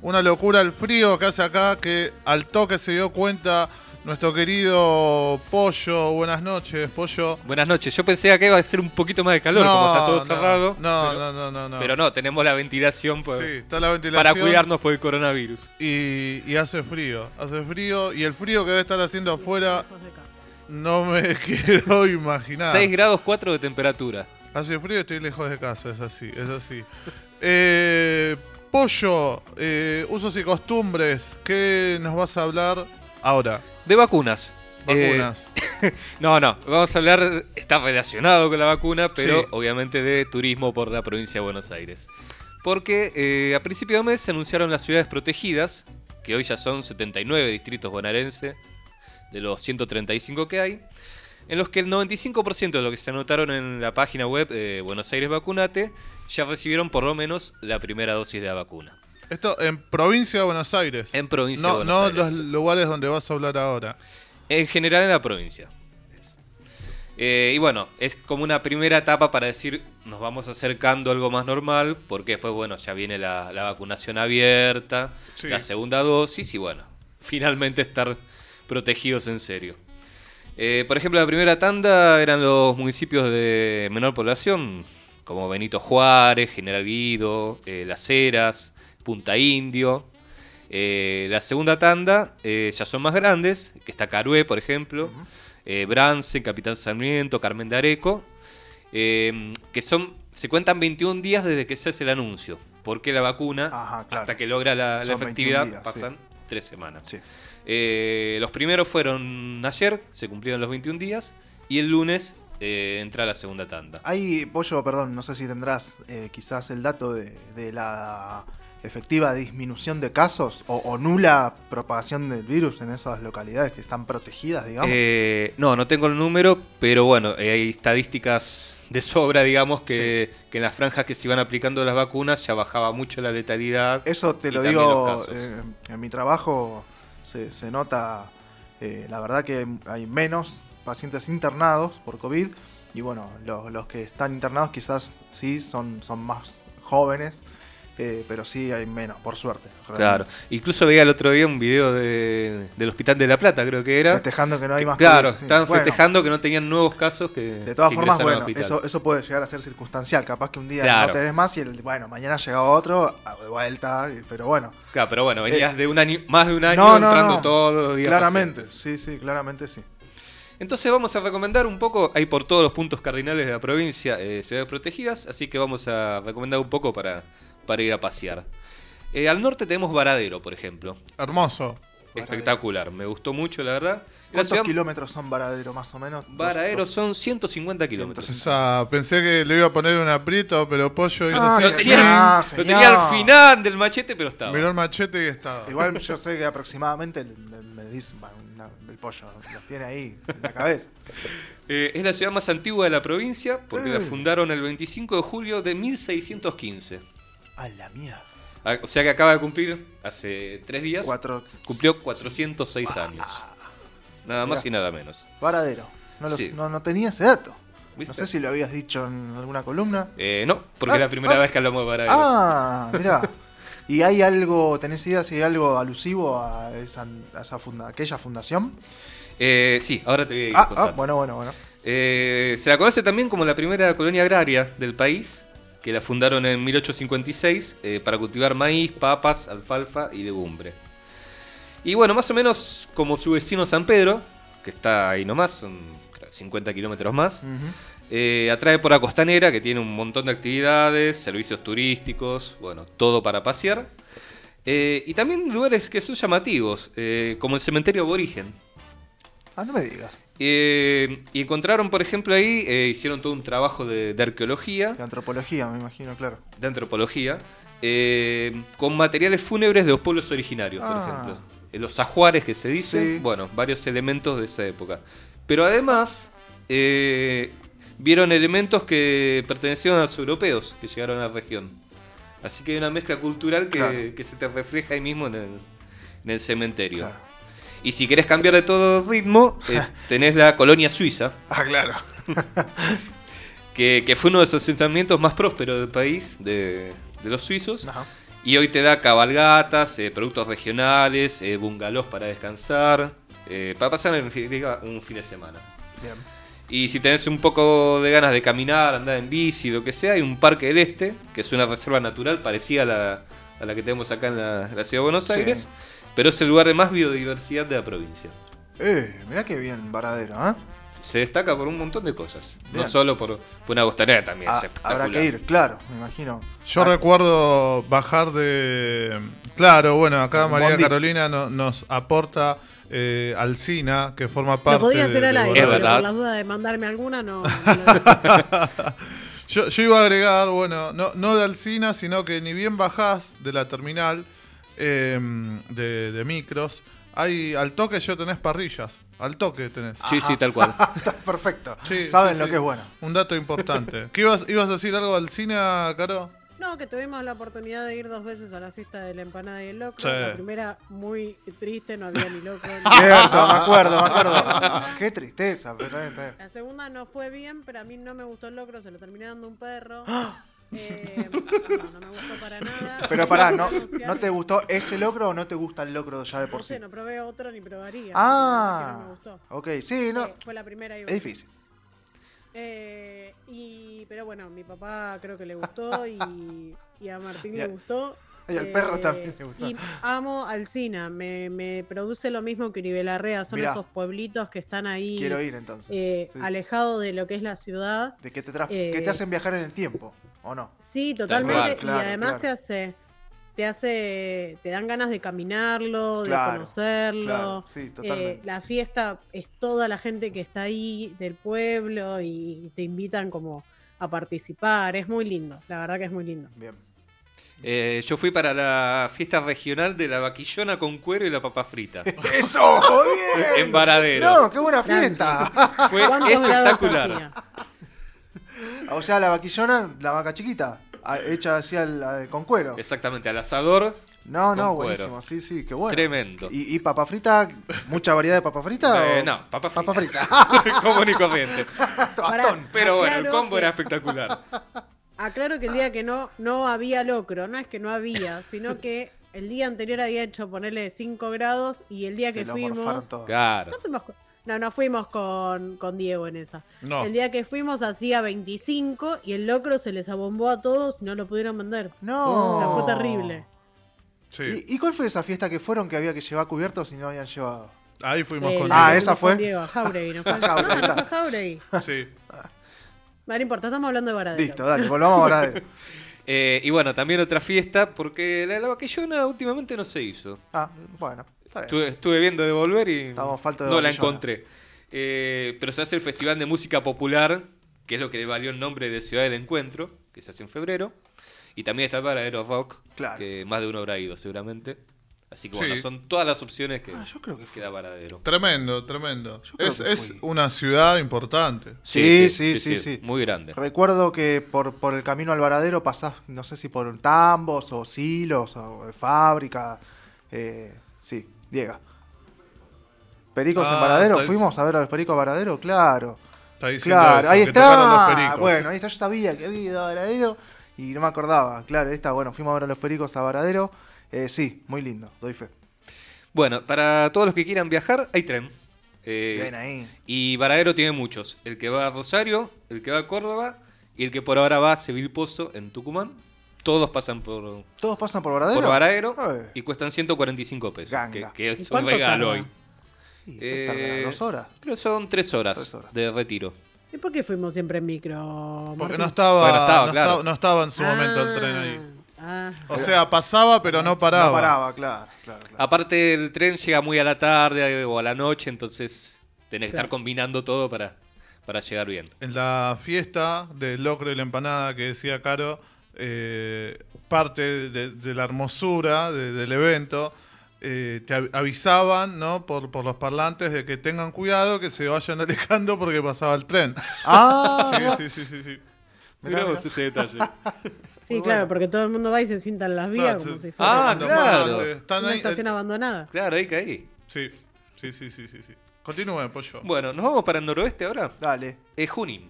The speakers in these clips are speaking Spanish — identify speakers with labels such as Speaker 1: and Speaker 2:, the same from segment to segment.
Speaker 1: Una locura el frío que hace acá, que al toque se dio cuenta nuestro querido Pollo. Buenas noches, Pollo.
Speaker 2: Buenas noches. Yo pensé que iba a ser un poquito más de calor, como está todo cerrado.
Speaker 1: No,
Speaker 2: pero,
Speaker 1: no, no, no, no.
Speaker 2: pero no, tenemos la ventilación, por-
Speaker 1: Sí, está la ventilación.
Speaker 2: para cuidarnos por el coronavirus.
Speaker 1: Y, y hace frío, hace frío. Y el frío que debe estar haciendo afuera,
Speaker 3: Lejos de casa.
Speaker 1: no me quiero imaginar.
Speaker 2: 6 grados 4 de temperatura.
Speaker 1: Hace frío, estoy lejos de casa, es así, es así. Eh, pollo, eh, usos y costumbres, ¿qué nos vas a hablar ahora?
Speaker 2: De vacunas. Eh,
Speaker 1: Vacunas.
Speaker 2: no, no, vamos a hablar, está relacionado con la vacuna, pero
Speaker 1: Sí.
Speaker 2: obviamente de turismo por la provincia de Buenos Aires. Porque eh, a principio de mes se anunciaron las ciudades protegidas, que hoy ya son 79 distritos bonaerenses, de los 135 que hay, en los que el 95% de lo que se anotaron en la página web eh, Buenos Aires Vacunate ya recibieron por lo menos la primera dosis de la vacuna.
Speaker 1: Esto en provincia de Buenos Aires.
Speaker 2: En provincia
Speaker 1: no,
Speaker 2: de
Speaker 1: no
Speaker 2: Buenos Aires.
Speaker 1: los lugares donde vas a hablar ahora.
Speaker 2: En general en la provincia. Eh, y bueno, es como una primera etapa para decir nos vamos acercando a algo más normal, porque después, bueno, ya viene la, la vacunación abierta,
Speaker 1: Sí.
Speaker 2: la segunda dosis y bueno, finalmente estar protegidos en serio. Eh, por ejemplo, la primera tanda eran los municipios de menor población, como Benito Juárez, General Guido, eh, Las Heras, Punta Indio. Eh, la segunda tanda eh, ya son más grandes, que está Carué, por ejemplo, eh, Brance, Capitán Sarmiento, Carmen de Areco, eh, que son, se cuentan 21 días desde que se hace el anuncio, porque la vacuna,
Speaker 4: Ajá, Ah, claro.
Speaker 2: hasta que logra la, la
Speaker 4: Son 21
Speaker 2: efectividad,
Speaker 4: días, sí.
Speaker 2: pasan tres semanas.
Speaker 4: Sí.
Speaker 2: Eh, los primeros fueron ayer, se cumplieron los 21 días, y el lunes eh, entra la segunda tanda.
Speaker 4: Hay, Pollo, perdón, no sé si tendrás eh, quizás el dato de, de la efectiva disminución de casos o, o nula propagación del virus en esas localidades que están protegidas, digamos.
Speaker 2: Eh, no, no tengo el número, pero bueno, eh, hay estadísticas de sobra, digamos, que, que en las franjas que se iban aplicando las vacunas ya bajaba mucho la letalidad.
Speaker 4: Eso te
Speaker 2: y
Speaker 4: lo
Speaker 2: también
Speaker 4: digo
Speaker 2: los casos.
Speaker 4: eh, en mi trabajo, se, se nota, eh, la verdad que hay menos pacientes internados por COVID y bueno, lo- los que están internados quizás sí son, son más jóvenes, eh, pero sí hay menos, por suerte.
Speaker 2: Claro,
Speaker 4: realmente.
Speaker 2: incluso veía el otro día un video de- del Hospital de La Plata, creo ¿Eh? que era.
Speaker 4: Festejando que no hay más
Speaker 2: claro,
Speaker 4: COVID, sí.
Speaker 2: estaban
Speaker 4: Bueno,
Speaker 2: festejando que no tenían nuevos casos que.
Speaker 4: De todas
Speaker 2: que ingresaron
Speaker 4: formas,
Speaker 2: al
Speaker 4: bueno,
Speaker 2: hospital.
Speaker 4: eso, eso puede llegar a ser circunstancial. Capaz que un día
Speaker 2: Claro.
Speaker 4: no tenés más y el, bueno, mañana llega otro, a- de vuelta, y- pero bueno.
Speaker 2: Claro, pero bueno, venías de un año, más de un año
Speaker 4: eh, no, no,
Speaker 2: entrando
Speaker 4: no.
Speaker 2: todos los días.
Speaker 4: claramente,
Speaker 2: pacientes.
Speaker 4: sí, sí, claramente sí.
Speaker 2: Entonces vamos a recomendar un poco, hay por todos los puntos cardinales de la provincia eh, ciudades protegidas, así que vamos a recomendar un poco para, para ir a pasear. Eh, al norte tenemos Varadero, por ejemplo.
Speaker 1: Hermoso.
Speaker 2: Espectacular, me gustó mucho, la verdad. La
Speaker 4: ¿Cuántos
Speaker 2: ciudad
Speaker 4: kilómetros son Varadero más o menos? Dos-
Speaker 2: Varadero
Speaker 4: dos-
Speaker 2: son 150 kilómetros.
Speaker 1: Esa- pensé que le iba a poner un aprieto, pero Pollo hizo
Speaker 4: Ah,
Speaker 1: así.
Speaker 2: Lo tenía,
Speaker 4: Ah,
Speaker 2: lo tenía al
Speaker 4: señor.
Speaker 2: final del machete, pero estaba.
Speaker 1: Miró el machete y estaba.
Speaker 4: Igual yo sé que aproximadamente el- me, me dicen, bueno, una- el pollo los tiene ahí en la cabeza.
Speaker 2: Eh, es la ciudad más antigua de la provincia porque la
Speaker 4: Mm.
Speaker 2: fundaron el 25 de julio de 1615.
Speaker 4: A la mierda.
Speaker 2: Ah, O sea que acaba de cumplir hace tres días.
Speaker 4: Cuatro.
Speaker 2: Cumplió 406 años. Nada más y nada menos.
Speaker 4: Varadero. No, lo-
Speaker 2: Sí.
Speaker 4: no, no tenía ese dato.
Speaker 2: ¿Viste?
Speaker 4: No sé si lo habías dicho en alguna columna.
Speaker 2: Eh, no, porque es
Speaker 4: Ah,
Speaker 2: la primera
Speaker 4: ah,
Speaker 2: vez que hablamos de Varadero.
Speaker 4: Ah, mirá. ¿Y hay algo, tenés idea si hay algo alusivo a, esa, a esa funda- aquella fundación?
Speaker 2: Eh, sí, ahora te voy a ir
Speaker 4: Ah, ah,
Speaker 2: contando.
Speaker 4: bueno, bueno, bueno.
Speaker 2: Eh, se la conoce también como la primera colonia agraria del país, que la fundaron en 1856 eh, para cultivar maíz, papas, alfalfa y legumbre. Y bueno, más o menos como su vecino San Pedro, que está ahí nomás, son 50 kilómetros más, eh, atrae por la costanera, que tiene un montón de actividades, servicios turísticos, bueno, todo para pasear. Eh, y también lugares que son llamativos, eh, como el cementerio aborigen,
Speaker 4: Ah, no me digas.
Speaker 2: eh, y encontraron, por ejemplo, ahí, eh, hicieron todo un trabajo de, de arqueología,
Speaker 4: De antropología, me imagino, claro.
Speaker 2: de antropología, eh, con materiales fúnebres de los pueblos originarios, por
Speaker 4: Ah.
Speaker 2: ejemplo. Eh, los ajuares que se dicen,
Speaker 4: Sí.
Speaker 2: bueno, varios elementos de esa época. Pero además, eh, vieron elementos que pertenecieron a los europeos que llegaron a la región. Así que hay una mezcla cultural que,
Speaker 4: Claro.
Speaker 2: que se te refleja ahí mismo en el, en el cementerio.
Speaker 4: Claro.
Speaker 2: Y si querés cambiar de todo ritmo, eh, tenés la colonia suiza,
Speaker 4: Ah, claro.
Speaker 2: que, que fue uno de los asentamientos más prósperos del país, de, de los suizos,
Speaker 4: Ajá.
Speaker 2: Y hoy te da cabalgatas, eh, productos regionales, eh, bungalows para descansar, eh, para pasar en definitiva, un fin de semana.
Speaker 4: Bien.
Speaker 2: Y si tenés un poco de ganas de caminar, andar en bici, lo que sea, hay un parque del Este, que es una reserva natural parecida a la, a la que tenemos acá en la, en la ciudad de Buenos
Speaker 4: Sí.
Speaker 2: Aires, pero es el lugar de más biodiversidad de la provincia.
Speaker 4: Eh, mirá qué bien, Varadero, ¿eh?
Speaker 2: Se destaca por un montón de cosas, no
Speaker 4: Bien.
Speaker 2: solo por, por una bostanera también.
Speaker 4: Ah,
Speaker 2: es espectacular.
Speaker 4: habrá que ir, claro, me imagino.
Speaker 1: Yo
Speaker 4: Ah,
Speaker 1: recuerdo bajar de. Claro, bueno, acá
Speaker 4: Un
Speaker 1: María
Speaker 4: bondi.
Speaker 1: Carolina no- nos aporta eh, Alcina, que forma parte.
Speaker 3: Lo podía hacer
Speaker 1: de-
Speaker 3: al
Speaker 1: de Guarda-
Speaker 3: aire,
Speaker 2: Es
Speaker 3: pero
Speaker 2: verdad.
Speaker 3: por las dudas de mandarme alguna no.
Speaker 1: Yo, yo iba a agregar, bueno, no, no de Alcina, sino que ni bien bajás de la terminal eh, de, de micros, hay, al toque yo tenés parrillas. Al toque tenés. Ah,
Speaker 2: Sí, sí, tal cual.
Speaker 4: Está perfecto.
Speaker 1: Sí,
Speaker 4: Saben
Speaker 1: sí,
Speaker 4: lo
Speaker 1: sí.
Speaker 4: que es bueno.
Speaker 1: Un dato importante. ¿Qué ibas, ibas a decir algo de Alcina, Caro?
Speaker 3: No, que tuvimos la oportunidad de ir dos veces a la fiesta de la empanada y el loco.
Speaker 1: Sí.
Speaker 3: La primera muy triste, no había ni loco. ni-
Speaker 4: Cierto, me acuerdo, me acuerdo. Qué tristeza, pero está bien, está bien.
Speaker 3: La segunda no fue bien, pero a mí no me gustó el locro, se lo terminé dando un perro. Eh, no, no me gustó para nada.
Speaker 4: Pero pará, ¿no,
Speaker 3: Social.
Speaker 4: ¿no te gustó ese locro o no te gusta el locro ya de
Speaker 3: No
Speaker 4: por sí?
Speaker 3: sé, no probé otro ni probaría. porque la
Speaker 4: Ah,
Speaker 3: verdad que no me gustó.
Speaker 4: ok, sí, no.
Speaker 3: Eh, fue la primera y
Speaker 4: Es difícil.
Speaker 3: Eh, y, pero bueno, mi papá creo que le gustó y, y a Martín
Speaker 4: Y a-
Speaker 3: le gustó. Eh,
Speaker 4: y al perro también le gustó.
Speaker 3: Y amo Alcina, me, me produce lo mismo que Uribelarrea, son
Speaker 4: Mirá.
Speaker 3: esos pueblitos que están ahí
Speaker 4: Quiero ir entonces.
Speaker 3: eh,
Speaker 4: Sí.
Speaker 3: alejados de lo que es la ciudad.
Speaker 4: ¿De qué te, tra-
Speaker 3: eh,
Speaker 4: que te hacen viajar en el tiempo? ¿O no?
Speaker 3: Sí,
Speaker 2: cual,
Speaker 3: totalmente.
Speaker 4: claro,
Speaker 3: y además
Speaker 4: claro.
Speaker 3: te hace, te hace, te dan ganas de caminarlo,
Speaker 4: Claro,
Speaker 3: de conocerlo.
Speaker 4: claro, sí, totalmente.
Speaker 3: Eh, la fiesta es toda la gente que está ahí del pueblo y te invitan como a participar. Es muy lindo, la verdad que es muy lindo.
Speaker 4: Bien.
Speaker 2: Eh, yo fui para la fiesta regional de la vaquillona con cuero y la papa frita.
Speaker 4: ¡Eso! ¡Bien!
Speaker 2: en Varadero.
Speaker 4: ¡No, qué buena fiesta!
Speaker 2: Fue espectacular.
Speaker 4: o sea, la vaquillona, la vaca chiquita, a- hecha así al- al- con cuero.
Speaker 2: Exactamente, al asador.
Speaker 4: No, no,
Speaker 2: con
Speaker 4: buenísimo.
Speaker 2: cuero.
Speaker 4: Sí, sí, qué bueno.
Speaker 2: Tremendo.
Speaker 4: ¿Y, y papa frita? ¿Mucha variedad de papa frita?
Speaker 2: Eh,
Speaker 4: o-
Speaker 2: no, papa frita.
Speaker 4: Papa frita.
Speaker 2: Común y corriente.
Speaker 3: Bastón.
Speaker 2: Pero bueno, el combo era espectacular.
Speaker 3: Aclaro que el día que no, no había locro, no es que no había, sino que el día anterior había hecho ponerle 5 grados y el día
Speaker 4: Se
Speaker 3: que
Speaker 4: lo
Speaker 3: fuimos.
Speaker 4: morfaron todo.
Speaker 2: Claro.
Speaker 3: No fuimos con, no, no fuimos con, con Diego en esa.
Speaker 1: No.
Speaker 3: El día que fuimos hacía 25 y el locro se les abombó a todos y no lo pudieron vender.
Speaker 4: No.
Speaker 3: O sea, fue terrible.
Speaker 1: Sí.
Speaker 4: ¿Y, y cuál fue esa fiesta que fueron que había que llevar cubiertos y no habían llevado?
Speaker 1: Ahí fuimos
Speaker 3: Eh,
Speaker 1: con.
Speaker 3: la
Speaker 4: Ah, eh.
Speaker 3: que
Speaker 1: él.
Speaker 4: esa
Speaker 3: fuimos con
Speaker 4: fue.
Speaker 3: Diego, Jauregui. No, fue,
Speaker 4: Jauregui,
Speaker 3: no, no
Speaker 4: está.
Speaker 3: fue Jauregui.
Speaker 1: Sí.
Speaker 3: No, no importa, estamos hablando de Varadero.
Speaker 4: Listo, dale, volvamos a Varadero.
Speaker 2: Eh, y bueno, también otra fiesta, porque la de la vaquillona últimamente no se hizo.
Speaker 4: Ah, bueno, está bien.
Speaker 2: Estuve, estuve viendo de volver y
Speaker 4: Estamos faltos de
Speaker 2: no la
Speaker 4: vaquillona.
Speaker 2: encontré. Eh, pero se hace el Festival de Música Popular, que es lo que le valió el nombre de Ciudad del Encuentro, que se hace en febrero. Y también está el Varadero Rock,
Speaker 4: Claro.
Speaker 2: que más de uno habrá ido seguramente. Así que bueno,
Speaker 1: Sí.
Speaker 2: son todas las opciones que,
Speaker 4: Ah, yo creo que fue.
Speaker 2: da Varadero.
Speaker 1: Tremendo, tremendo.
Speaker 4: Yo creo
Speaker 1: Es,
Speaker 4: que
Speaker 1: es
Speaker 4: fui.
Speaker 1: una ciudad importante.
Speaker 4: Sí, sí, sí, sí.
Speaker 2: Muy grande.
Speaker 4: Recuerdo que por, por el camino al varadero pasás, no sé si por tambos o silos o fábrica. eh, sí, Diego. ¿Pericos en
Speaker 1: Ah,
Speaker 4: varadero?
Speaker 1: tal-
Speaker 4: ¿Fuimos a ver a los pericos a varadero? Claro.
Speaker 1: Está diciendo
Speaker 4: Claro,
Speaker 1: eso,
Speaker 4: ahí
Speaker 1: que tocaron los
Speaker 4: está.
Speaker 1: pericos.
Speaker 4: Bueno, ahí está, yo sabía que había ido a varadero y no me acordaba. Claro, ahí está. Bueno, fuimos a ver a los pericos a varadero. Eh, sí, muy lindo, doy fe.
Speaker 2: Bueno, para todos los que quieran viajar, hay tren. Eh,
Speaker 4: Bien ahí.
Speaker 2: Y Varadero tiene muchos. El que va a Rosario, el que va a Córdoba y el que por ahora va a Sevil Pozo en Tucumán. Todos pasan por,
Speaker 4: ¿Todos pasan por varadero?
Speaker 2: por Varadero
Speaker 4: Eh,
Speaker 2: y cuestan 145 pesos. Que,
Speaker 4: Ganga.
Speaker 2: que
Speaker 3: ¿Y
Speaker 2: es un
Speaker 3: cuánto
Speaker 2: regalo
Speaker 3: tarda?
Speaker 2: hoy.
Speaker 4: sí,
Speaker 2: Eh,
Speaker 4: tardan ¿Dos horas?
Speaker 2: Pero son tres horas,
Speaker 4: Tres horas.
Speaker 2: de retiro.
Speaker 3: ¿Y por qué fuimos siempre en micro?
Speaker 1: Porque
Speaker 3: Martín?
Speaker 1: no estaba,
Speaker 2: Porque no estaba,
Speaker 1: no,
Speaker 2: claro.
Speaker 1: estaba, no estaba en su momento el tren
Speaker 3: Ah,
Speaker 1: ahí.
Speaker 3: ah.
Speaker 1: O sea, pasaba pero no paraba.
Speaker 4: No paraba, claro, claro, claro.
Speaker 2: Aparte, el tren llega muy a la tarde eh, o a la noche, entonces tenés que
Speaker 3: Claro.
Speaker 2: estar combinando todo para, para llegar bien.
Speaker 1: En la fiesta del locro y la empanada que decía Caro, eh, parte de, de la hermosura de- del evento, eh, te av- avisaban ¿no? por, por los parlantes de que tengan cuidado, que se vayan alejando porque pasaba el tren.
Speaker 4: Ah, mirá.
Speaker 1: Sí, sí, sí, sí. sí.
Speaker 2: Mirá vos ese detalle.
Speaker 3: Sí,
Speaker 4: Muy
Speaker 3: claro,
Speaker 4: bueno.
Speaker 3: porque todo el mundo va y se sienta en las vías
Speaker 1: Claro,
Speaker 3: como
Speaker 1: sí.
Speaker 3: si fuera
Speaker 2: Ah,
Speaker 1: Los
Speaker 2: claro.
Speaker 1: parlantes, Están
Speaker 3: una
Speaker 1: ahí,
Speaker 3: estación
Speaker 1: eh,
Speaker 3: abandonada.
Speaker 2: claro, ahí caí.
Speaker 1: sí, sí, sí, sí, sí, sí. Continúen, pollo.
Speaker 2: Bueno, nos vamos para el noroeste ahora.
Speaker 4: Dale.
Speaker 2: Es Junín.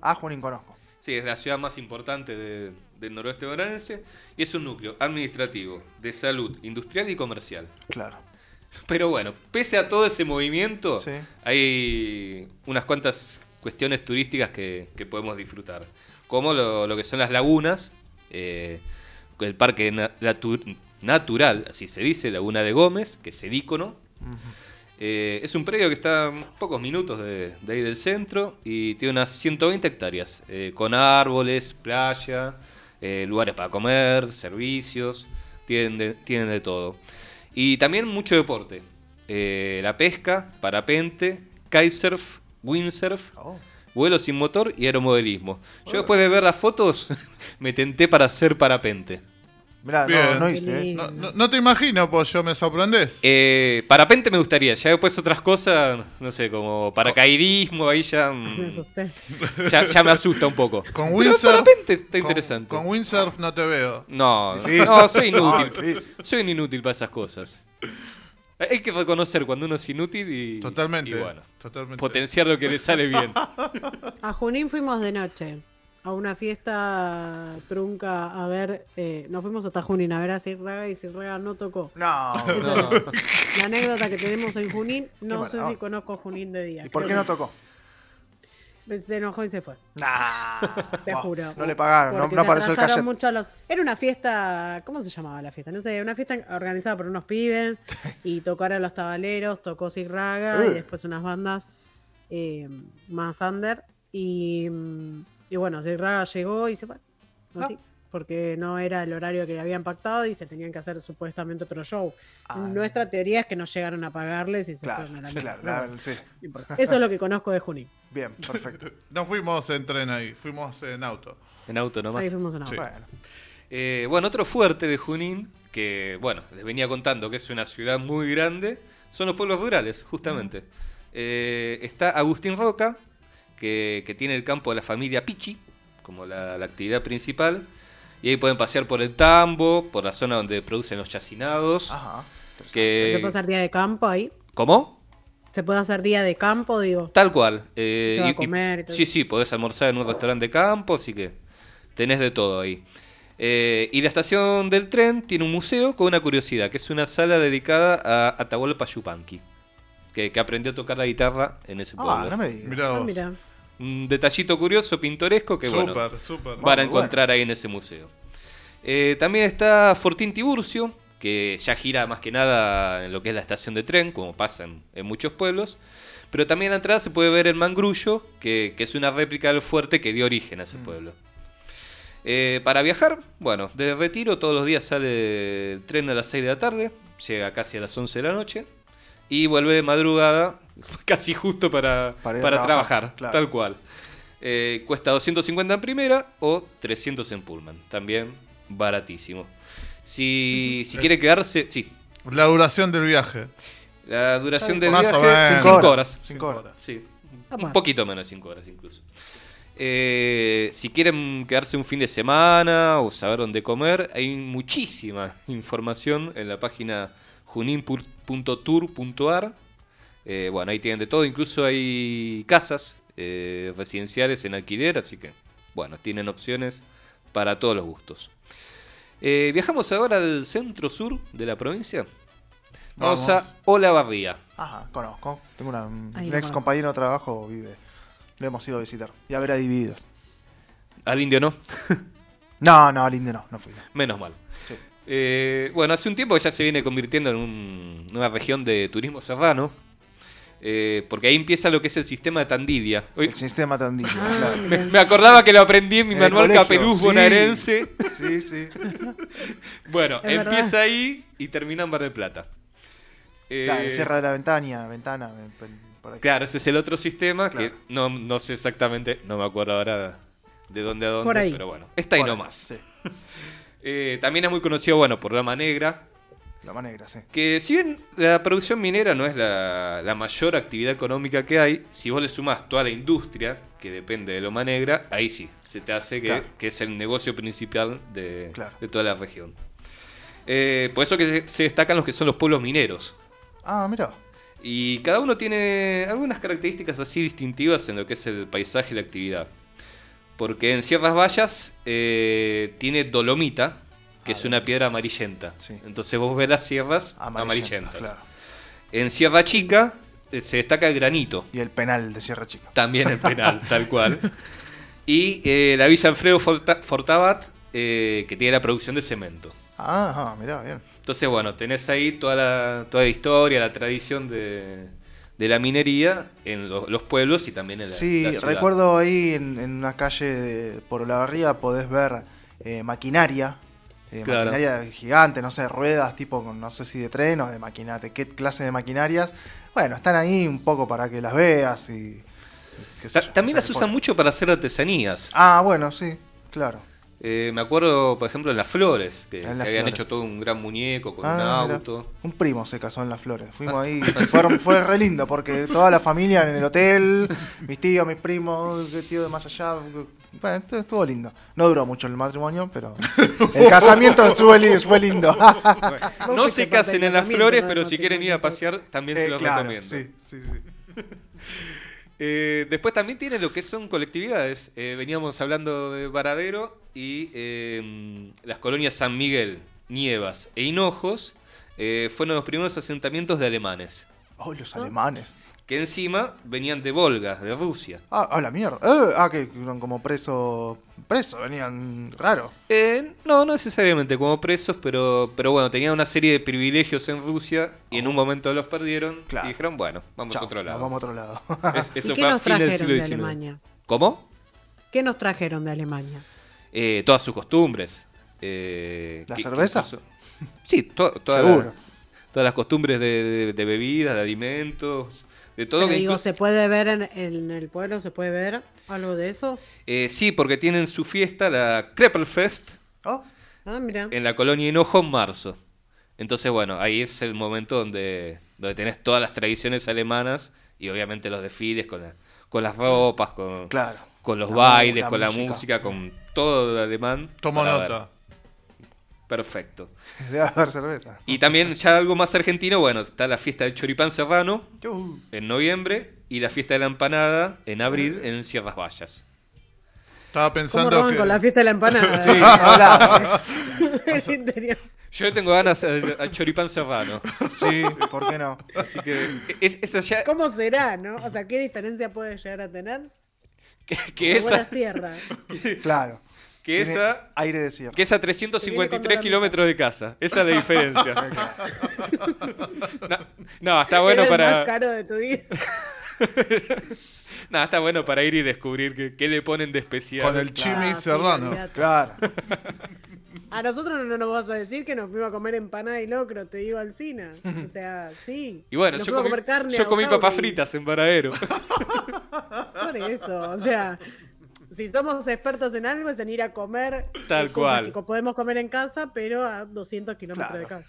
Speaker 4: A Junín conozco.
Speaker 2: Sí, es la ciudad más importante de- del noroeste bonaerense y es un núcleo administrativo, de salud, industrial y comercial.
Speaker 4: Claro.
Speaker 2: Pero bueno, pese a todo ese movimiento,
Speaker 4: Sí.
Speaker 2: hay unas cuantas cuestiones turísticas que, que podemos disfrutar. Como lo, lo que son las lagunas, eh, el parque na- natu- natural, así se dice, Laguna de Gómez, que es el ícono. Eh, es un predio que está a pocos minutos de, de ahí del centro y tiene unas 120 hectáreas, eh, con árboles, playa, eh, lugares para comer, servicios, tienen de, tienen de todo. Y también mucho deporte, eh, la pesca, parapente, kitesurf, windsurf,
Speaker 4: Oh.
Speaker 2: vuelo sin motor y aeromodelismo. Yo después de ver las fotos me tenté para hacer parapente.
Speaker 4: Mirá, no,
Speaker 1: Bien.
Speaker 4: no hice, ¿eh?
Speaker 3: Feliz.
Speaker 1: No, no- no te imagino, pues yo me sorprendés.
Speaker 2: Eh, parapente me gustaría, ya después otras cosas, no sé, como paracaidismo, ahí ya... mm,
Speaker 3: Me asusté.
Speaker 2: ya, ya me asusta un poco.
Speaker 1: Con
Speaker 2: Pero
Speaker 1: Windsor-
Speaker 2: de repente está
Speaker 1: Con-
Speaker 2: interesante.
Speaker 1: Con Windsurf no te veo.
Speaker 2: No,
Speaker 4: Difícil.
Speaker 2: no, soy
Speaker 4: No,
Speaker 2: inútil.
Speaker 4: difícil.
Speaker 2: soy un inútil para esas cosas. Hay que reconocer cuando uno es inútil y.
Speaker 1: Totalmente.
Speaker 2: y bueno,
Speaker 1: totalmente.
Speaker 2: potenciar lo que le sale bien.
Speaker 3: A Junín fuimos de noche a una fiesta trunca a ver, eh, nos fuimos hasta Junín a ver a Sirraga y Sirraga no tocó.
Speaker 4: No.
Speaker 2: No.
Speaker 3: La anécdota que tenemos en Junín, no
Speaker 4: mala
Speaker 3: sé si
Speaker 4: onda.
Speaker 3: conozco Junín de día.
Speaker 4: ¿Y por qué
Speaker 3: Creo
Speaker 4: no tocó?
Speaker 3: que Se enojó y se fue.
Speaker 4: Nah.
Speaker 3: Te
Speaker 4: Buah,
Speaker 3: juro.
Speaker 4: No le pagaron, no,
Speaker 3: Porque
Speaker 4: no
Speaker 3: se
Speaker 4: apareció el
Speaker 3: atrasaron
Speaker 4: cachet.
Speaker 3: mucho los- Era una fiesta, ¿cómo se llamaba la fiesta? No sé, una fiesta organizada por unos pibes y tocaron los tabaleros, tocó Sirraga
Speaker 4: Eh.
Speaker 3: y después unas bandas eh, más under. Y, mm, y bueno, Sirraga llegó y se fue.
Speaker 4: Ah.
Speaker 3: Así, Porque no era el horario que le habían pactado y se tenían que hacer supuestamente otro show.
Speaker 4: Ah.
Speaker 3: Nuestra teoría es que no llegaron a pagarles y se
Speaker 4: Claro,
Speaker 3: fueron a la
Speaker 4: sí,
Speaker 3: mierda.
Speaker 4: claro,
Speaker 3: Pero
Speaker 4: claro,
Speaker 3: bueno,
Speaker 4: sí.
Speaker 3: no importa. Eso es lo que conozco de Junín.
Speaker 4: Bien, perfecto.
Speaker 1: No fuimos en tren ahí, fuimos en auto.
Speaker 2: En auto nomás.
Speaker 3: Ahí fuimos a una
Speaker 1: Sí.
Speaker 4: Bueno,
Speaker 2: Eh, bueno, otro fuerte de Junín, que bueno, les venía contando que es una ciudad muy grande, son los pueblos rurales, justamente. Eh, está Agustín Roca, que, que tiene el campo de la familia Pichi, como la, la actividad principal. Y ahí pueden pasear por el tambo, por la zona donde producen los chacinados.
Speaker 4: ajá. interesante.
Speaker 3: ¿Se
Speaker 2: que,
Speaker 3: puede hacer día de campo ahí?
Speaker 2: ¿Cómo?
Speaker 3: ¿Se puede hacer día de campo? Digo,
Speaker 2: Tal cual. eh,
Speaker 3: Se va a comer y todo
Speaker 2: sí,
Speaker 3: eso.
Speaker 2: sí, podés almorzar en un restaurante de campo, así que tenés de todo ahí. Eh, y la estación del tren tiene un museo con una curiosidad, que es una sala dedicada a Atahualpa Yupanqui, que, que aprendió a tocar la guitarra en ese pueblo.
Speaker 4: Ah, no me digas.
Speaker 1: Mirá
Speaker 3: ah,
Speaker 1: vos.
Speaker 3: mira,
Speaker 2: Un detallito curioso, pintoresco, que
Speaker 1: súper,
Speaker 2: bueno,
Speaker 1: súper.
Speaker 2: van a
Speaker 4: Muy bueno.
Speaker 2: encontrar ahí en ese museo. Eh, también está Fortín Tiburcio, que ya gira más que nada en lo que es la estación de tren, como pasa en, en muchos pueblos. Pero también atrás se puede ver el mangrullo, que, que es una réplica del fuerte que dio origen a ese
Speaker 4: Mm.
Speaker 2: pueblo. Eh, para viajar, bueno, desde Retiro todos los días sale el tren a las 6 de la tarde, llega casi a las 11 de la noche y vuelve de madrugada, casi justo para,
Speaker 4: Para
Speaker 2: para,
Speaker 4: ir a trabajar,
Speaker 2: trabajar,
Speaker 4: claro.
Speaker 2: tal cual. Eh, cuesta 250 en primera o 300 en Pullman, también baratísimo. Si, si quiere quedarse, sí,
Speaker 1: La duración del viaje.
Speaker 2: la duración del
Speaker 1: Más o
Speaker 2: viaje
Speaker 1: menos.
Speaker 2: cinco
Speaker 1: Cinco
Speaker 2: horas.
Speaker 4: Cinco horas.
Speaker 2: Sí,
Speaker 3: Ah,
Speaker 2: un
Speaker 3: bueno.
Speaker 2: poquito menos de 5 horas incluso. Eh, si quieren quedarse un fin de semana o saber dónde comer, hay muchísima información en la página junin.tour.ar. Eh, bueno, ahí tienen de todo, incluso hay casas eh, residenciales en alquiler, así que, bueno, tienen opciones para todos los gustos. Eh, viajamos ahora al centro sur de la provincia. Vamos,
Speaker 1: Vamos.
Speaker 2: a Olavarría.
Speaker 4: Ajá, conozco. Tengo una,
Speaker 3: Ahí
Speaker 4: un
Speaker 3: lo
Speaker 4: ex
Speaker 3: conozco.
Speaker 4: compañero de trabajo, vive. Lo hemos ido a visitar. Y a ver a divididos.
Speaker 2: Al indio no.
Speaker 4: No, no, al indio no, no fui.
Speaker 2: Menos mal.
Speaker 4: Sí.
Speaker 2: Eh, bueno, hace un tiempo ya se viene convirtiendo en un- una región de turismo serrano, eh, porque ahí empieza lo que es el sistema de Tandidia. Uy,
Speaker 4: El sistema tandillo,
Speaker 3: Ah,
Speaker 4: claro.
Speaker 3: mira.
Speaker 2: me, me acordaba que lo aprendí en mi
Speaker 4: En el
Speaker 2: manual
Speaker 4: colegio,
Speaker 2: capeluz
Speaker 4: sí.
Speaker 2: bonaerense.
Speaker 4: Sí, sí.
Speaker 2: Bueno,
Speaker 3: Es verdad.
Speaker 2: empieza ahí y termina en Bar del Plata. Eh,
Speaker 4: Claro, Sierra de la Ventana, ventana. ven- ven- por ahí.
Speaker 2: claro, ese es el otro sistema
Speaker 4: Claro.
Speaker 2: que no, no sé exactamente, no me acuerdo ahora de dónde a dónde,
Speaker 3: Por ahí.
Speaker 2: pero bueno, está ahí
Speaker 4: Por-
Speaker 2: nomás.
Speaker 4: Sí,
Speaker 2: Eh, también es muy conocido, bueno, por Lama Negra,
Speaker 4: Loma Negra, sí.
Speaker 2: Que si bien la producción minera no es la, la mayor actividad económica que hay, si vos le sumás toda la industria que depende de Loma Negra, ahí sí, se te hace que,
Speaker 4: Claro.
Speaker 2: que es el negocio principal de,
Speaker 4: Claro.
Speaker 2: de toda la región. Eh, por eso que se, se destacan los que son los pueblos mineros.
Speaker 4: Ah, mira.
Speaker 2: Y cada uno tiene algunas características así distintivas en lo que es el paisaje y la actividad. Porque en Sierras Vallas eh, tiene dolomita, que es una piedra amarillenta.
Speaker 4: Ah, Sí.
Speaker 2: Entonces vos ves las sierras
Speaker 4: Amarillentas,
Speaker 2: amarillentas.
Speaker 4: claro.
Speaker 2: En Sierra Chica eh, se destaca el granito.
Speaker 4: Y el penal de Sierra Chica.
Speaker 2: También el penal, tal cual. Y eh, la Villa Alfredo Forta- Fortabat, eh, que tiene la producción de cemento.
Speaker 4: Ah, ajá, mirá, bien.
Speaker 2: Entonces, bueno, tenés ahí toda la, toda la historia, la tradición de, de la minería en lo- los pueblos y también en la,
Speaker 4: Sí,
Speaker 2: la ciudad.
Speaker 4: recuerdo ahí en, en una calle de, por la barría podés ver eh, maquinaria. eh,
Speaker 2: Claro.
Speaker 4: Maquinaria gigante, no sé, ruedas tipo, con, no sé si de tren o de maquinaria, qué clase de maquinarias. Bueno, están ahí un poco para que las veas y... y qué sé
Speaker 2: Ta-
Speaker 4: yo,
Speaker 2: también
Speaker 4: no
Speaker 2: las
Speaker 4: sé qué
Speaker 2: usan
Speaker 4: fue.
Speaker 2: mucho para hacer artesanías.
Speaker 4: Ah, bueno, sí, claro.
Speaker 2: Eh, me acuerdo, por ejemplo, en las flores, que,
Speaker 4: Ah, En
Speaker 2: que
Speaker 4: Las
Speaker 2: habían
Speaker 4: Flores.
Speaker 2: hecho todo un gran muñeco con
Speaker 4: Ah,
Speaker 2: un
Speaker 4: mirá.
Speaker 2: auto. Ah,
Speaker 4: Un primo se casó en Las Flores. Fuimos ahí. Fue, fue re lindo porque toda la familia en el hotel, mis tíos, mis primos, el tío de más allá. Bueno, esto estuvo lindo. No duró mucho el matrimonio, pero el casamiento estuvo li- fue lindo.
Speaker 3: Vos
Speaker 2: No
Speaker 3: fuiste
Speaker 2: se
Speaker 3: parte
Speaker 2: casen
Speaker 3: del
Speaker 2: en las
Speaker 3: casamiento,
Speaker 2: flores,
Speaker 3: no del
Speaker 2: pero si quieren ir a
Speaker 3: matrimonio.
Speaker 2: pasear, también se
Speaker 4: Eh,
Speaker 2: los
Speaker 4: claro,
Speaker 2: recomiendo.
Speaker 4: sí, sí, sí.
Speaker 2: Eh, después también tiene lo que son colectividades. Eh, veníamos hablando de Varadero y eh, las colonias San Miguel, Nievas e Hinojos eh, fueron los primeros asentamientos de alemanes.
Speaker 4: Oh, los alemanes.
Speaker 2: Que encima venían de Volga, de Rusia.
Speaker 4: Ah, ah, la mierda. Eh, ah, que eran como presos. Presos, venían raro.
Speaker 2: Eh, no, no necesariamente como presos, pero, pero bueno, tenían una serie de privilegios en Rusia y en un momento los perdieron
Speaker 4: Claro.
Speaker 2: y dijeron, bueno, vamos
Speaker 4: Chao,
Speaker 2: a otro
Speaker 4: nos
Speaker 2: lado.
Speaker 4: Vamos a otro lado.
Speaker 2: Es-
Speaker 3: ¿Y
Speaker 2: eso
Speaker 3: qué
Speaker 2: fue a
Speaker 3: nos
Speaker 2: fines del
Speaker 3: trajeron de
Speaker 2: siglo XIX.
Speaker 3: Alemania?
Speaker 2: ¿Cómo?
Speaker 3: ¿Qué nos trajeron de Alemania?
Speaker 2: eh, todas sus costumbres. eh,
Speaker 4: ¿La
Speaker 2: que- que
Speaker 4: cerveza?
Speaker 2: incluso- sí, to- todas,
Speaker 4: Seguro.
Speaker 2: las, todas las costumbres de, de- de bebidas, de alimentos, de todo.
Speaker 3: Pero
Speaker 2: que
Speaker 3: digo,
Speaker 2: inclu-
Speaker 3: ¿se puede ver en, en el pueblo? ¿Se puede ver algo de eso?
Speaker 2: Eh, sí, porque tienen su fiesta, la Kreppelfest,
Speaker 4: Oh,
Speaker 3: Ah, mira.
Speaker 2: en la colonia Hinojo en marzo. Entonces, bueno, ahí es el momento donde, donde tenés todas las tradiciones alemanas y obviamente los desfiles con, la- con las ropas, con,
Speaker 4: claro.
Speaker 2: con los
Speaker 4: La mu-
Speaker 2: bailes,
Speaker 4: la
Speaker 2: con la
Speaker 4: música.
Speaker 2: música, con todo lo alemán.
Speaker 1: Tomo
Speaker 2: para ver.
Speaker 1: nota.
Speaker 2: Perfecto.
Speaker 4: Debe haber cerveza.
Speaker 2: Y también ya algo más argentino, bueno, está la fiesta del choripán serrano
Speaker 4: Uh,
Speaker 2: en noviembre y la fiesta de la empanada en abril en Sierras Vallas.
Speaker 1: Estaba
Speaker 3: ¿Cómo
Speaker 1: pensando
Speaker 3: roban
Speaker 1: que.
Speaker 3: con la fiesta de la empanada?
Speaker 4: Sí, hola.
Speaker 3: El interior.
Speaker 2: Yo tengo ganas al, al choripán serrano,
Speaker 4: Sí, ¿por qué no?
Speaker 2: así que es, esa ya-
Speaker 3: ¿Cómo será, no? O sea, ¿qué diferencia puede llegar a tener?
Speaker 2: que, que
Speaker 3: Que buena
Speaker 2: esa,
Speaker 3: sierra.
Speaker 4: Claro.
Speaker 2: que
Speaker 4: Tiene
Speaker 2: esa,
Speaker 4: Aire de sierra.
Speaker 2: que esa
Speaker 3: Que viene
Speaker 2: 353
Speaker 3: con
Speaker 2: kilómetros de casa, esa es la diferencia. No, no, está
Speaker 3: Era
Speaker 2: Ah, bueno
Speaker 3: el más
Speaker 2: para,
Speaker 3: caro de tu vida.
Speaker 2: no, está bueno para ir y descubrir que- qué le ponen de especial.
Speaker 1: Con el chimi
Speaker 3: Ah, sí,
Speaker 1: serrano.
Speaker 3: olvidate.
Speaker 4: Claro.
Speaker 3: A nosotros no nos vas a decir que nos fuimos a comer empanada y locro, te digo Alcina. O sea, sí.
Speaker 2: Y bueno,
Speaker 3: Nos
Speaker 2: yo
Speaker 3: fuimos a
Speaker 2: comí,
Speaker 3: comer carne
Speaker 2: yo
Speaker 3: a
Speaker 2: comí papas
Speaker 3: Bauhaus.
Speaker 2: fritas en Varadero.
Speaker 3: Por eso, o sea, si somos expertos en algo es en ir a comer
Speaker 2: Tal
Speaker 3: cosas
Speaker 2: cual.
Speaker 3: que co- podemos comer en casa, pero a 200 kilómetros
Speaker 4: Claro.
Speaker 3: de casa.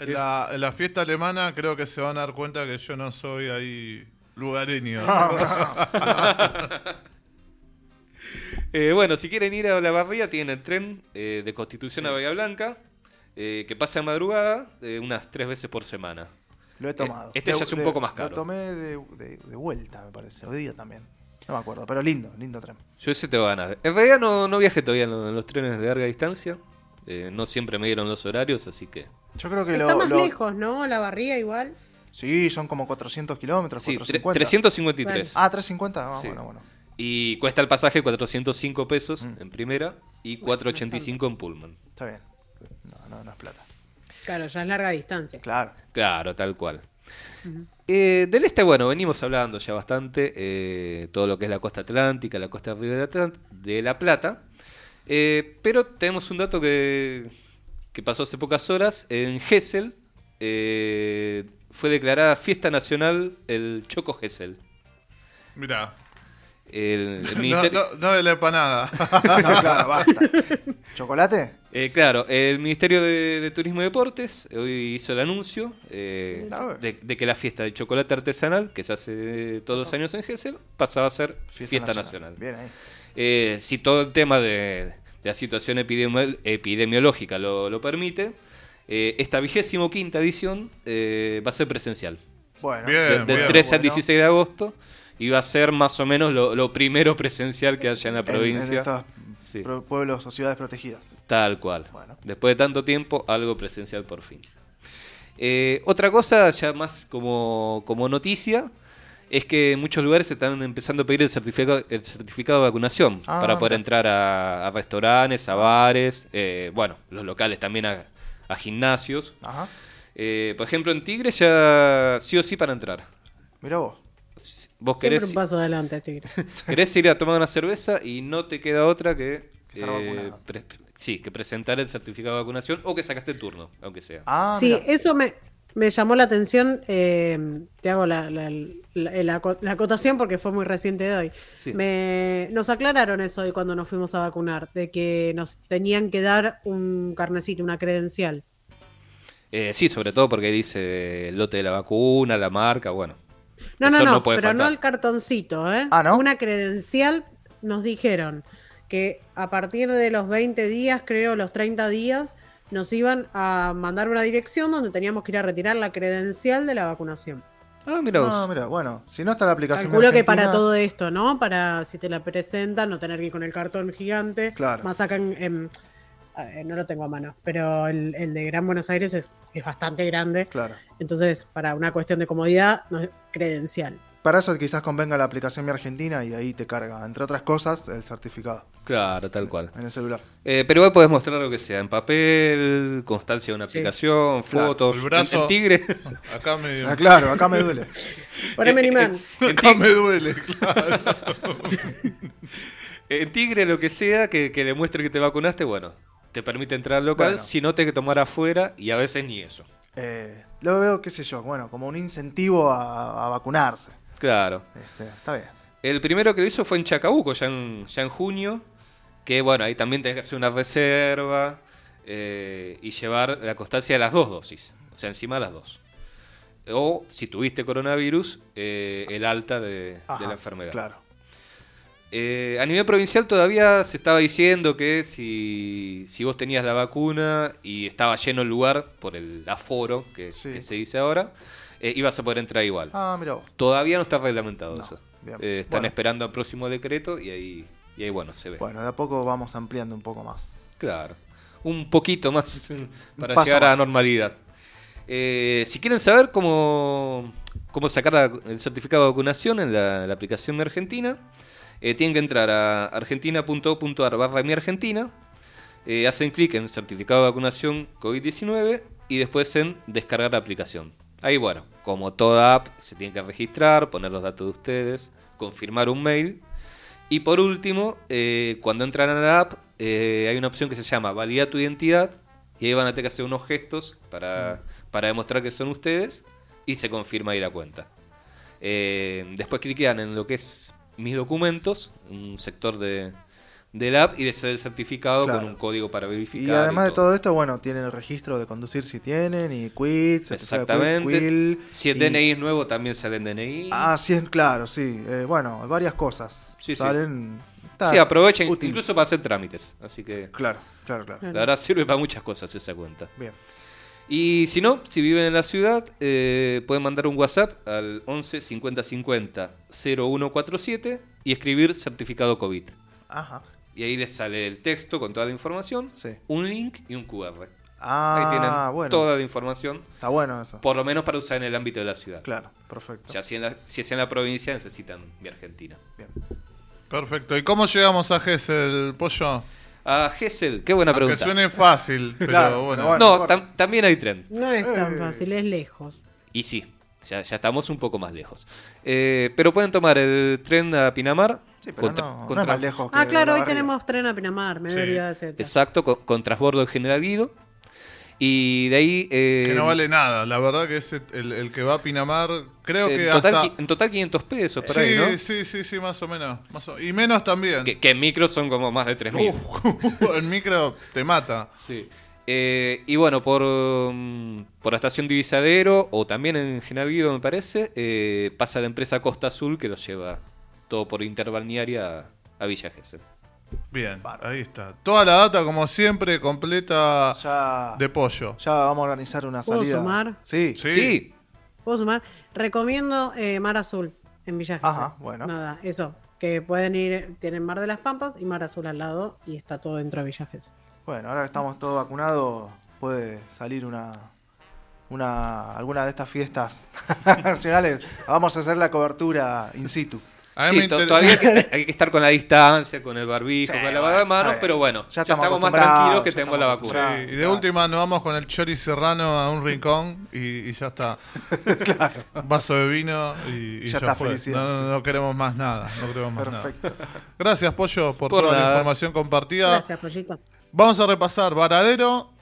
Speaker 1: En la, en la fiesta alemana creo que se van a dar cuenta que yo no soy ahí lugareño.
Speaker 3: Ah.
Speaker 2: Eh, bueno, si quieren ir a la barría, tienen el tren eh, de Constitución a Bahía Blanca, eh, que pasa a madrugada eh, unas tres veces por semana.
Speaker 4: Lo he tomado.
Speaker 2: este ya es un
Speaker 4: De-
Speaker 2: poco más caro.
Speaker 4: Lo tomé de, de- de vuelta, me parece. Hoy día también. No me acuerdo, pero lindo, lindo tren.
Speaker 2: Yo ese tengo ganas. En realidad no, no viajé todavía en lo- en los, trenes de larga distancia. Eh, no siempre me dieron los horarios, así que...
Speaker 4: Yo creo que
Speaker 3: Está
Speaker 4: lo,
Speaker 3: más
Speaker 4: lo-
Speaker 3: lejos, ¿no? La barría igual.
Speaker 4: Sí, son como 400 kilómetros,
Speaker 2: Sí, tre-
Speaker 4: 450.
Speaker 2: 353.
Speaker 4: Ah, 350. Ah, Mm.
Speaker 2: Sí.
Speaker 4: bueno, bueno.
Speaker 2: Y cuesta el pasaje 405 pesos en primera y 485 en Pullman.
Speaker 4: Está bien. No, no, no es plata.
Speaker 3: Claro, ya es larga distancia.
Speaker 4: Claro.
Speaker 2: Claro, tal cual. Eh, del este, bueno, venimos hablando ya bastante, eh, todo lo que es la costa atlántica, la costa de la, Atlan- de la Plata, Eh, pero tenemos un dato que, que pasó hace pocas horas, en Gesell eh, fue declarada fiesta nacional el Choco Gesell.
Speaker 1: Mirá.
Speaker 2: El- el
Speaker 1: No,
Speaker 2: ministeri-
Speaker 1: no- no de la empanada.
Speaker 4: No, claro, basta. ¿Chocolate?
Speaker 2: Eh, claro, el Ministerio de, de Turismo y Deportes eh, hoy hizo el anuncio eh,
Speaker 4: A ver.
Speaker 2: de, de que la fiesta de chocolate artesanal, que se hace todos los años en Gessel, pasaba a ser fiesta, nacional.
Speaker 4: Bien ahí.
Speaker 2: Eh, si todo el tema de, de la situación epidemio- epidemiológica lo, lo permite, eh, esta vigésimo quinta edición eh, va a ser presencial.
Speaker 4: Bueno.
Speaker 1: Bien,
Speaker 2: De- del
Speaker 1: bien.
Speaker 2: 13 al
Speaker 4: Bueno.
Speaker 2: 16 de agosto. iba a ser más o menos lo, lo primero presencial que haya en la
Speaker 4: En- En,
Speaker 2: provincia.
Speaker 4: estos
Speaker 2: Sí.
Speaker 4: pro- pueblos o ciudades protegidas.
Speaker 2: Tal cual.
Speaker 4: Bueno.
Speaker 2: Después de tanto tiempo, algo presencial por fin. Eh, otra cosa, ya más como, como noticia, es que en muchos lugares se están empezando a pedir el certificado, el certificado de vacunación
Speaker 4: Ah,
Speaker 2: para poder
Speaker 4: mira.
Speaker 2: entrar a, a restaurantes, a bares, eh, bueno, los locales también a, a gimnasios.
Speaker 4: Ajá.
Speaker 2: Eh, por ejemplo, en Tigre ya sí o sí para entrar.
Speaker 4: Mira vos.
Speaker 2: Vos
Speaker 3: Siempre
Speaker 2: querés,
Speaker 3: un paso adelante, Tigre.
Speaker 2: querés ir a tomar una cerveza y no te queda otra que... eh,
Speaker 4: Que estar vacunado.
Speaker 2: pre- sí, que presentar el certificado de vacunación o que sacaste turno, aunque sea.
Speaker 4: Ah,
Speaker 3: sí,
Speaker 4: mirá.
Speaker 3: eso me, me llamó la atención. eh, te hago la, la- la- la aco- la acotación porque fue muy reciente de hoy.
Speaker 2: Sí.
Speaker 3: Me- nos aclararon eso hoy cuando nos fuimos a vacunar, de que nos tenían que dar un carnecito, una credencial.
Speaker 2: Eh, sí, sobre todo porque dice el lote de la vacuna, la marca, bueno.
Speaker 3: No,
Speaker 2: Eso
Speaker 3: no, no,
Speaker 2: no puede
Speaker 3: pero no
Speaker 2: faltar.
Speaker 3: el cartoncito, ¿eh?
Speaker 4: Ah, ¿no?
Speaker 3: Una credencial nos dijeron que a partir de los 20 días, creo, los 30 días, nos iban a mandar una dirección donde teníamos que ir a retirar la credencial de la vacunación.
Speaker 2: Ah, mira vos.
Speaker 4: No, mira, bueno, si no está la aplicación.
Speaker 3: Calculo que
Speaker 4: argentina-
Speaker 3: para todo esto, ¿no? Para si te la presentan, no tener que ir con el cartón gigante.
Speaker 4: Claro.
Speaker 3: Más acá en- en- a ver, no lo tengo a mano, pero el, el de Gran Buenos Aires es, es bastante grande.
Speaker 4: Claro.
Speaker 3: Entonces, para una cuestión de comodidad, no es credencial.
Speaker 4: Para eso quizás convenga la aplicación Mi Argentina y ahí te carga, entre otras cosas, el certificado
Speaker 2: Claro, tal cual.
Speaker 4: en el celular.
Speaker 2: Eh, pero igual podés mostrar lo que sea, en papel, constancia de una
Speaker 3: Sí.
Speaker 2: aplicación,
Speaker 4: Claro,
Speaker 2: fotos,
Speaker 1: el brazo.
Speaker 2: en, en tigre.
Speaker 1: Acá me,
Speaker 4: Ah, claro, acá me duele. Eh,
Speaker 3: Poneme el imán.
Speaker 1: acá me duele, claro.
Speaker 2: en tigre lo que sea que, que demuestre que te vacunaste, bueno, te permite entrar al local,
Speaker 4: Bueno.
Speaker 2: si no te hay que tomar afuera y a veces ni eso.
Speaker 4: Eh, lo veo, qué sé yo, bueno, como un incentivo a, a vacunarse.
Speaker 2: Claro.
Speaker 4: Este, está bien.
Speaker 2: El primero que lo hizo fue en Chacabuco, ya en, ya en junio. Que bueno, ahí también tenés que hacer una reserva eh, y llevar la constancia de las dos dosis. O sea, encima de las dos. O si tuviste coronavirus, eh, el alta de,
Speaker 4: Ajá,
Speaker 2: de la enfermedad.
Speaker 4: Claro.
Speaker 2: Eh, a nivel provincial todavía se estaba diciendo que si, si vos tenías la vacuna y estaba lleno el lugar por el aforo que,
Speaker 4: Sí.
Speaker 2: que se dice ahora, eh, ibas a poder entrar igual.
Speaker 4: Ah, mira vos.
Speaker 2: Todavía no está reglamentado
Speaker 4: No,
Speaker 2: eso.
Speaker 4: bien.
Speaker 2: Eh, están
Speaker 4: Bueno.
Speaker 2: esperando al próximo decreto y ahí, y ahí bueno, se ve.
Speaker 4: Bueno, de a poco vamos ampliando un poco más.
Speaker 2: Claro. Un poquito más para
Speaker 4: paso
Speaker 2: llegar a la
Speaker 4: más.
Speaker 2: normalidad. Eh, si quieren saber cómo, cómo sacar la- el certificado de vacunación en la, la aplicación de Argentina, eh, tienen que entrar a argentina.gov.ar barra mi Argentina, eh, hacen clic en certificado de vacunación COVID-19 y después en descargar la aplicación. Ahí bueno, como toda app, se tienen que registrar, poner los datos de ustedes, confirmar un mail y por último, eh, cuando entran a la app, eh, hay una opción que se llama Valida tu identidad. Y ahí van a tener que hacer unos gestos para,
Speaker 4: Mm.
Speaker 2: para demostrar que son ustedes. Y se confirma ahí la cuenta. Eh, después cliquean en lo que es mis documentos, un sector de, de la app, y les da el certificado con
Speaker 4: Claro.
Speaker 2: un código para verificar.
Speaker 4: Y además de
Speaker 2: todo.
Speaker 4: todo esto, bueno, tienen el registro de conducir si tienen, y quit, certificado de quit,
Speaker 2: Exactamente.
Speaker 4: quill,
Speaker 2: si el
Speaker 4: y-
Speaker 2: DNI es nuevo, también sale el DNI.
Speaker 4: Ah, sí, es- claro, sí. Eh, bueno, varias cosas.
Speaker 2: Sí, sí.
Speaker 4: Salen.
Speaker 2: sí, aprovechen,
Speaker 4: útil.
Speaker 2: incluso para hacer trámites. Así que
Speaker 4: Claro, claro, claro.
Speaker 2: la verdad sirve para muchas cosas esa cuenta.
Speaker 3: Mm.
Speaker 4: Bien.
Speaker 2: Y si no, si viven en la ciudad, eh, pueden mandar un WhatsApp al 11 50 50 0147 y escribir certificado COVID.
Speaker 4: Ajá.
Speaker 2: Y ahí les sale el texto con toda la información,
Speaker 4: Sí.
Speaker 2: un link y un QR. ahí
Speaker 4: Ah,
Speaker 2: tienen
Speaker 4: bueno.
Speaker 2: toda la información,
Speaker 4: Está bueno eso.
Speaker 2: por lo menos para usar en el ámbito de la ciudad.
Speaker 4: Claro, perfecto.
Speaker 2: Ya si, en la- si es en la provincia, necesitan mi Argentina.
Speaker 4: Bien.
Speaker 1: Perfecto. ¿Y cómo llegamos a Gessel, pollo?
Speaker 2: Ah, Gessel, qué buena
Speaker 1: Que
Speaker 2: pregunta.
Speaker 1: suene fácil, pero
Speaker 4: Claro,
Speaker 1: bueno.
Speaker 4: pero
Speaker 2: No,
Speaker 4: bueno.
Speaker 2: tam- también hay tren.
Speaker 3: No es tan
Speaker 4: Eh.
Speaker 3: fácil, es lejos.
Speaker 2: Y sí, ya, ya estamos un poco más lejos. Eh, pero pueden tomar el tren a Pinamar.
Speaker 4: Sí, pero
Speaker 2: contra-
Speaker 4: no, no
Speaker 2: contra-
Speaker 4: es más lejos. que
Speaker 3: Ah, claro, hoy
Speaker 4: Olavarría.
Speaker 3: tenemos tren a Pinamar, me
Speaker 1: Sí.
Speaker 3: he olvidado de ese detalle.
Speaker 2: Exacto, con, con transbordo de General Guido. Y de ahí... eh,
Speaker 1: Que no vale nada. La verdad que ese, el, el que va a Pinamar, creo
Speaker 2: en,
Speaker 1: que
Speaker 2: total,
Speaker 1: hasta...
Speaker 2: qui- en total 500 pesos por
Speaker 1: sí,
Speaker 2: ahí, ¿no?
Speaker 1: sí, sí, sí, más o menos. más o- Y menos también.
Speaker 2: Que, que en micro son como más de 3.000.
Speaker 1: Uf, el micro te mata.
Speaker 2: Sí. Eh, y bueno, por, mm, por la estación Divisadero o también en General Guido, me parece, eh, pasa la empresa Costa Azul que los lleva todo por interbalnearia a, a Villa Gesell.
Speaker 1: Bien, ahí está. Toda la data, como siempre, completa
Speaker 4: Ya,
Speaker 1: de pollo.
Speaker 4: ya vamos a organizar una
Speaker 3: ¿Puedo
Speaker 4: salida.
Speaker 3: sumar?
Speaker 4: Sí.
Speaker 1: Sí.
Speaker 2: Sí,
Speaker 3: ¿Puedo sumar? Recomiendo eh, Mar Azul. en Villa Gesell.
Speaker 4: Ajá, bueno.
Speaker 3: Nada, eso. Que pueden ir, tienen Mar de las Pampas y Mar Azul al lado y está todo dentro de Villa Gesell.
Speaker 4: Bueno, ahora que estamos todos vacunados, puede salir una, una alguna de estas fiestas nacionales. Vamos a hacer la cobertura in situ.
Speaker 1: A mí
Speaker 2: Sí,
Speaker 1: me
Speaker 2: to-
Speaker 1: inter-
Speaker 2: todavía hay que, hay que estar con la distancia, con el barbijo,
Speaker 4: Sí,
Speaker 2: con la
Speaker 4: bueno,
Speaker 2: barra de
Speaker 4: está
Speaker 2: mano,
Speaker 4: bien.
Speaker 2: pero bueno,
Speaker 4: Ya
Speaker 2: ya
Speaker 4: estamos
Speaker 2: estamos más
Speaker 4: acostumbrados,
Speaker 2: tranquilos que
Speaker 4: ya
Speaker 2: tenemos
Speaker 4: estamos
Speaker 2: la
Speaker 1: Sí,
Speaker 2: vacuna.
Speaker 4: acostumbrados.
Speaker 1: y de última nos vamos con el chori serrano a un rincón y, y ya está. Un vaso de vino y, y
Speaker 4: Ya está,
Speaker 1: fue.
Speaker 4: felicidad,
Speaker 1: No, no, no queremos más nada. No queremos más nada.
Speaker 4: Perfecto.
Speaker 1: Gracias, Pollo, por,
Speaker 2: Por
Speaker 1: toda la
Speaker 2: nada.
Speaker 1: información compartida.
Speaker 3: Gracias, Pollito.
Speaker 1: Vamos a repasar Varadero,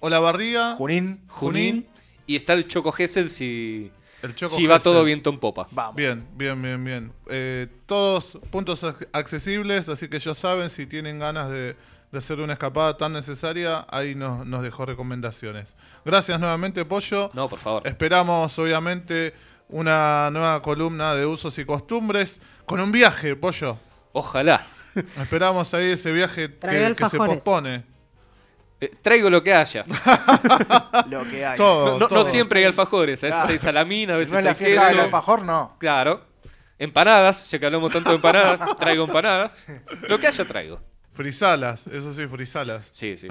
Speaker 1: Olavarría,
Speaker 4: Junín,
Speaker 2: Junín y está el Choco Gesell si,
Speaker 1: el Choco.
Speaker 2: si va
Speaker 1: Gesell.
Speaker 2: todo viento en popa.
Speaker 4: vamos.
Speaker 1: Bien, bien, bien, bien. Eh, todos puntos ac- accesibles, así que ya saben, si tienen ganas de, de hacer una escapada tan necesaria, ahí nos, nos dejó recomendaciones. Gracias nuevamente, Pollo.
Speaker 2: No, por
Speaker 4: Eh.
Speaker 2: favor.
Speaker 1: Esperamos, obviamente, una nueva columna de usos y costumbres con un viaje, Pollo.
Speaker 2: Ojalá.
Speaker 1: Esperamos ahí ese viaje
Speaker 3: Tragué
Speaker 1: que, que se
Speaker 3: alfajores.
Speaker 1: pospone.
Speaker 2: Eh, traigo lo que haya.
Speaker 4: Lo que hay.
Speaker 1: Todo,
Speaker 2: No, no- no
Speaker 1: todo.
Speaker 2: siempre hay alfajores. A veces
Speaker 4: Claro.
Speaker 2: hay salamina, a
Speaker 4: Si
Speaker 2: veces
Speaker 4: no es la
Speaker 2: hay
Speaker 4: fiesta del
Speaker 2: queso.
Speaker 4: alfajor, no.
Speaker 2: Claro. Empanadas, ya que hablamos tanto de empanadas, traigo empanadas. Lo que haya traigo.
Speaker 1: Frisalas, eso sí, frisalas.
Speaker 2: Sí, sí.